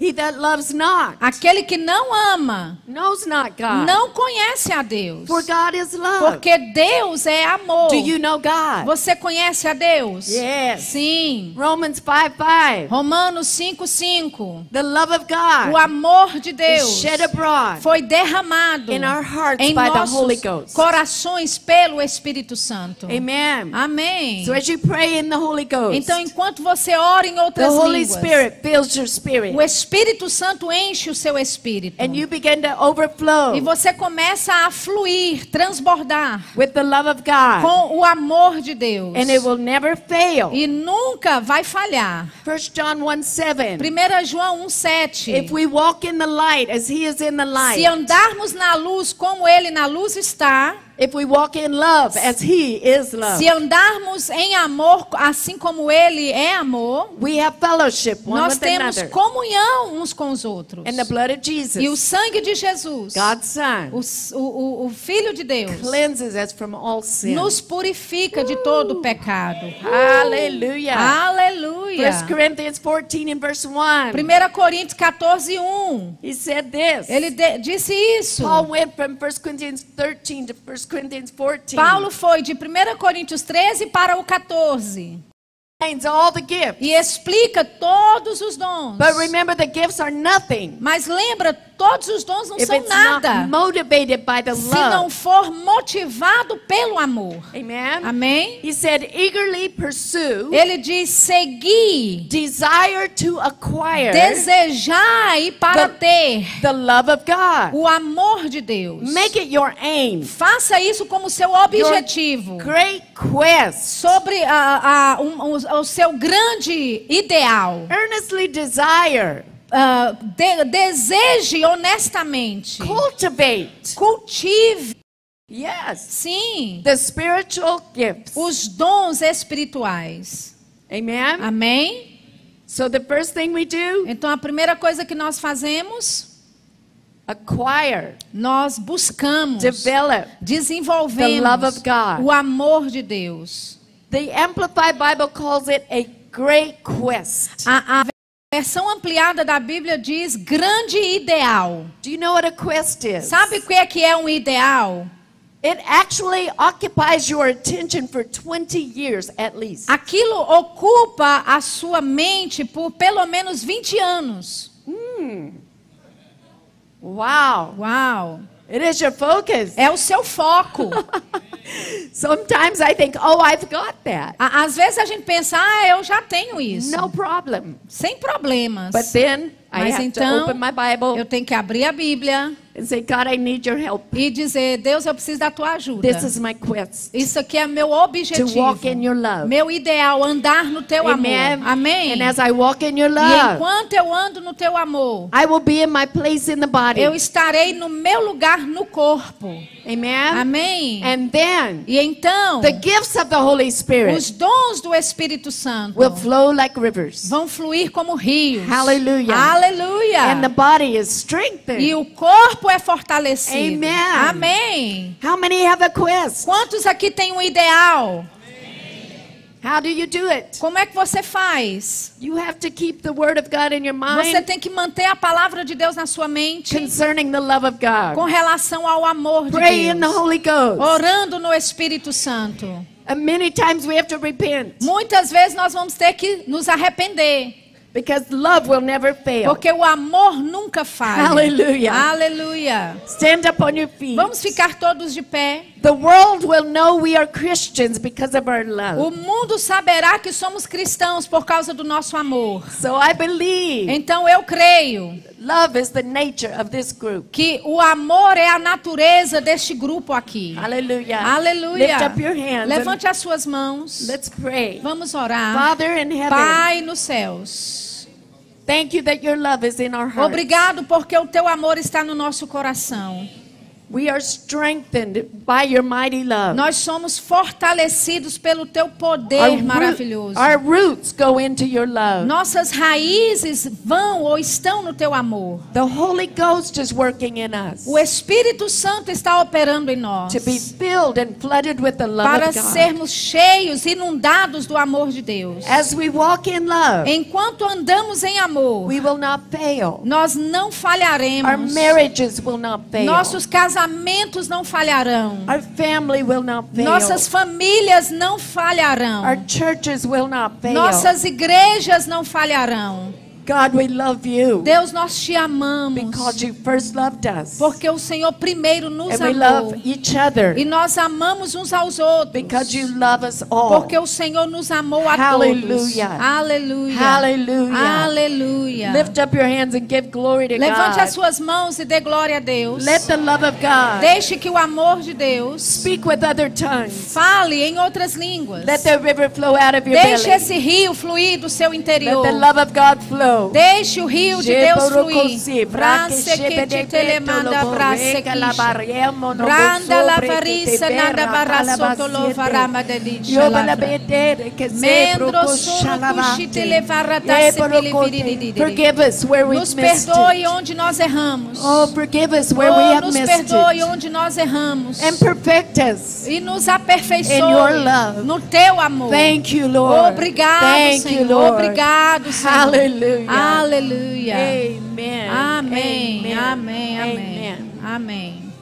Speaker 2: He that loves not
Speaker 1: Aquele que não ama
Speaker 2: knows not God.
Speaker 1: não conhece a Deus.
Speaker 2: For God is love.
Speaker 1: Porque Deus é amor.
Speaker 2: Do you know God?
Speaker 1: Você conhece a Deus?
Speaker 2: Yes.
Speaker 1: Sim.
Speaker 2: Romans 5 5.
Speaker 1: Romanos 5:5.
Speaker 2: The love of
Speaker 1: O
Speaker 2: God
Speaker 1: amor de
Speaker 2: Ah. is
Speaker 1: Deus
Speaker 2: shed abroad.
Speaker 1: foi derramado
Speaker 2: In our hearts
Speaker 1: em
Speaker 2: by the
Speaker 1: nossos
Speaker 2: Holy Ghost.
Speaker 1: corações pelo Espírito Santo.
Speaker 2: Amen.
Speaker 1: Amém.
Speaker 2: So as you pray in the Holy Ghost,
Speaker 1: Então, enquanto você ora em
Speaker 2: the
Speaker 1: outras
Speaker 2: Holy
Speaker 1: línguas,
Speaker 2: Spirit fills your spirit.
Speaker 1: o Espírito Santo enche o seu espírito.
Speaker 2: and you begin to overflow
Speaker 1: E você começa a fluir, transbordar
Speaker 2: with the love of God,
Speaker 1: com o amor de Deus.
Speaker 2: and it will never fail.
Speaker 1: E nunca vai falhar.
Speaker 2: 1 John 1 7.
Speaker 1: 1 João
Speaker 2: If
Speaker 1: 1,7.
Speaker 2: we walk in the light as he is in the
Speaker 1: Se
Speaker 2: light,
Speaker 1: andarmos na luz como ele na luz está,
Speaker 2: if we walk in love as he is love,
Speaker 1: se andarmos em amor assim como ele é amor,
Speaker 2: we have fellowship one
Speaker 1: nós
Speaker 2: with
Speaker 1: temos
Speaker 2: another.
Speaker 1: comunhão uns com os outros.
Speaker 2: And the blood of
Speaker 1: E o
Speaker 2: Jesus,
Speaker 1: sangue de Jesus,
Speaker 2: God's Son,
Speaker 1: o, s- o- o- o Filho de Deus,
Speaker 2: cleanses us from all sin.
Speaker 1: nos purifica de todo o pecado.
Speaker 2: Uh!
Speaker 1: Ah,
Speaker 2: Hallelujah.
Speaker 1: Aleluia.
Speaker 2: 1 Corinthians 14 and verse 1.
Speaker 1: 1 Coríntios 14, 1.
Speaker 2: He said this.
Speaker 1: Ele de- disse isso.
Speaker 2: Paul went from 1 Corinthians 13 to 1 Corinthians 14.
Speaker 1: Paulo foi de 1 Coríntios 13 para o 14
Speaker 2: finds all the gifts.
Speaker 1: e explica todos os dons.
Speaker 2: But remember, the gifts are nothing
Speaker 1: Mas lembra, todos os dons não
Speaker 2: if
Speaker 1: são
Speaker 2: it's
Speaker 1: nada
Speaker 2: not motivated by the
Speaker 1: se não
Speaker 2: love.
Speaker 1: for motivado pelo amor.
Speaker 2: Amen.
Speaker 1: Amém?
Speaker 2: He said, eagerly pursue,
Speaker 1: Ele diz: seguir,
Speaker 2: desire to acquire
Speaker 1: desejar e para
Speaker 2: The-
Speaker 1: ter
Speaker 2: the love of God.
Speaker 1: o amor de Deus.
Speaker 2: Make it your aim,
Speaker 1: Faça isso como seu objetivo.
Speaker 2: great quest.
Speaker 1: Sobre a- a- um- o- o seu grande ideal.
Speaker 2: Earnestly desire,
Speaker 1: Ah, de- deseje honestamente.
Speaker 2: cultivate.
Speaker 1: Cultive,
Speaker 2: Yes,
Speaker 1: sim,
Speaker 2: the spiritual gifts.
Speaker 1: os dons espirituais.
Speaker 2: Amen.
Speaker 1: Amém?
Speaker 2: So the first thing we do,
Speaker 1: Então a primeira coisa que nós fazemos,
Speaker 2: acquire,
Speaker 1: nós buscamos,
Speaker 2: develop. The love
Speaker 1: desenvolvemos
Speaker 2: of God.
Speaker 1: o amor de Deus.
Speaker 2: The Amplified Bible calls it a great quest.
Speaker 1: A, a versão ampliada da Bíblia diz grande ideal.
Speaker 2: Do you know what a quest is?
Speaker 1: Sabe o que é que é um ideal?
Speaker 2: It actually occupies your attention for 20 years at least.
Speaker 1: Aquilo ocupa a sua mente por pelo menos 20 anos.
Speaker 2: Wow.
Speaker 1: Uau!
Speaker 2: It is your focus.
Speaker 1: É o seu foco.
Speaker 2: Sometimes I think, oh, I've got that.
Speaker 1: Á- Às vezes a gente pensa, ah, eu já tenho isso.
Speaker 2: No problem.
Speaker 1: Sem problemas.
Speaker 2: But then I
Speaker 1: Mas
Speaker 2: have to
Speaker 1: então,
Speaker 2: open my
Speaker 1: Eu
Speaker 2: Bible
Speaker 1: tenho que abrir a Bíblia
Speaker 2: and say, God, I need your help.
Speaker 1: e dizer, Deus, eu preciso da tua ajuda.
Speaker 2: This is my quest
Speaker 1: Isso aqui é meu
Speaker 2: to
Speaker 1: objetivo.
Speaker 2: walk in your love.
Speaker 1: Meu ideal, andar no teu
Speaker 2: Amen.
Speaker 1: amor. Amém.
Speaker 2: And as I walk in your
Speaker 1: E
Speaker 2: love,
Speaker 1: enquanto eu ando no teu amor,
Speaker 2: I will be in my place in the body.
Speaker 1: eu estarei no meu lugar no corpo.
Speaker 2: Amen.
Speaker 1: Amém.
Speaker 2: And then
Speaker 1: E então,
Speaker 2: The gifts of the Holy
Speaker 1: os
Speaker 2: Spirit
Speaker 1: dons do Espírito Santo
Speaker 2: will flow like rivers,
Speaker 1: vão fluir como rios.
Speaker 2: Hallelujah.
Speaker 1: Aleluia.
Speaker 2: and the body is
Speaker 1: E
Speaker 2: strengthened.
Speaker 1: o corpo é fortalecido.
Speaker 2: Amen.
Speaker 1: Amém.
Speaker 2: How many have a quest?
Speaker 1: Quantos aqui têm um ideal?
Speaker 2: How do you do it?
Speaker 1: Como é que você faz?
Speaker 2: You have to keep the Word of God in your
Speaker 1: Você
Speaker 2: mind
Speaker 1: tem que manter a palavra de Deus na sua mente
Speaker 2: concerning the love of
Speaker 1: com
Speaker 2: God.
Speaker 1: relação ao amor de
Speaker 2: Pray in the
Speaker 1: Deus.
Speaker 2: Holy Ghost.
Speaker 1: Orando no Espírito Santo.
Speaker 2: And many times we have to repent
Speaker 1: Muitas vezes nós vamos ter que nos arrepender,
Speaker 2: because love will never fail.
Speaker 1: porque o amor nunca falha.
Speaker 2: Hallelujah.
Speaker 1: Aleluia.
Speaker 2: Stand up on your feet.
Speaker 1: Vamos ficar todos de pé.
Speaker 2: The world will know we are Christians because of our
Speaker 1: O
Speaker 2: love.
Speaker 1: mundo saberá que somos cristãos por causa do nosso amor.
Speaker 2: So I believe
Speaker 1: Então eu creio
Speaker 2: love is the nature of this group.
Speaker 1: que o amor é a natureza deste grupo aqui.
Speaker 2: Hallelujah.
Speaker 1: Aleluia.
Speaker 2: Lift up your hands. and
Speaker 1: Levante as suas mãos.
Speaker 2: Let's pray.
Speaker 1: Vamos orar.
Speaker 2: Father in heaven,
Speaker 1: Pai nos céus.
Speaker 2: thank you that your love is in our hearts.
Speaker 1: Obrigado porque o teu amor está no nosso coração.
Speaker 2: We are strengthened by your mighty love.
Speaker 1: Nós somos fortalecidos pelo teu
Speaker 2: our,
Speaker 1: poder
Speaker 2: root-
Speaker 1: maravilhoso.
Speaker 2: our roots go into your love.
Speaker 1: Nossas raízes vão ou estão no teu amor.
Speaker 2: The Holy Ghost is working in us
Speaker 1: O Espírito Santo está operando em nós.
Speaker 2: to be filled and flooded with the love
Speaker 1: para
Speaker 2: of God.
Speaker 1: sermos cheios, inundados do amor de Deus.
Speaker 2: As we walk in love,
Speaker 1: Enquanto andamos em amor,
Speaker 2: we will not fail.
Speaker 1: nós não
Speaker 2: Our
Speaker 1: falharemos.
Speaker 2: marriages will not fail.
Speaker 1: Nossos casamentos não falharão.
Speaker 2: our family will not fail.
Speaker 1: Nossas famílias não falharão.
Speaker 2: our churches will not fail.
Speaker 1: Nossas igrejas não falharão.
Speaker 2: God, we love you
Speaker 1: Deus, nós te amamos.
Speaker 2: because you first loved us.
Speaker 1: Porque o Senhor primeiro nos
Speaker 2: And we love
Speaker 1: amou.
Speaker 2: each other
Speaker 1: E nós amamos uns aos outros.
Speaker 2: because you love us all.
Speaker 1: Porque o Senhor nos amou a todos.
Speaker 2: Hallelujah.
Speaker 1: Aleluia.
Speaker 2: Hallelujah.
Speaker 1: Aleluia.
Speaker 2: Lift up your hands and give glory to
Speaker 1: Levante
Speaker 2: God.
Speaker 1: as suas mãos e dê glória a Deus.
Speaker 2: Let the love of God
Speaker 1: Deixe que o amor de Deus
Speaker 2: speak with other tongues.
Speaker 1: fale em outras línguas.
Speaker 2: Let the river flow out of your
Speaker 1: Deixe
Speaker 2: belly.
Speaker 1: esse rio fluir do seu interior.
Speaker 2: Let the love of God flow.
Speaker 1: Deixe o rio de Deus
Speaker 2: Jeborokosi,
Speaker 1: fluir. Brase
Speaker 2: brakeche,
Speaker 1: que te
Speaker 2: bedebeto,
Speaker 1: telemanda,
Speaker 2: lobo,
Speaker 1: brase
Speaker 2: reca, labariemo, nobo,
Speaker 1: Branda la
Speaker 2: sobre, que
Speaker 1: varissa
Speaker 2: te
Speaker 1: nada
Speaker 2: berra,
Speaker 1: barrasoto
Speaker 2: calabasiete.
Speaker 1: lovarama de
Speaker 2: Yo bala
Speaker 1: lixa
Speaker 2: bedere, que se
Speaker 1: Mendro
Speaker 2: broco,
Speaker 1: suru
Speaker 2: xalavate.
Speaker 1: kushite levara tase
Speaker 2: Jeborokote.
Speaker 1: pilivirididiri.
Speaker 2: Forgive us where we
Speaker 1: Nos
Speaker 2: missed
Speaker 1: perdoe
Speaker 2: it.
Speaker 1: onde nós erramos.
Speaker 2: Oh, forgive us where we
Speaker 1: Oh,
Speaker 2: have
Speaker 1: nos
Speaker 2: missed
Speaker 1: perdoe
Speaker 2: it.
Speaker 1: onde nós erramos.
Speaker 2: And perfect us.
Speaker 1: E nos
Speaker 2: In your
Speaker 1: aperfeiçoe
Speaker 2: love.
Speaker 1: no teu amor.
Speaker 2: Thank you, Lord.
Speaker 1: Obrigado,
Speaker 2: Thank
Speaker 1: Senhor.
Speaker 2: you, Lord.
Speaker 1: Obrigado, Senhor.
Speaker 2: Hallelujah.
Speaker 1: Aleluia.
Speaker 2: Amen. Amen.
Speaker 1: Amém. Amém. Amém.
Speaker 2: Amen.
Speaker 1: Amém.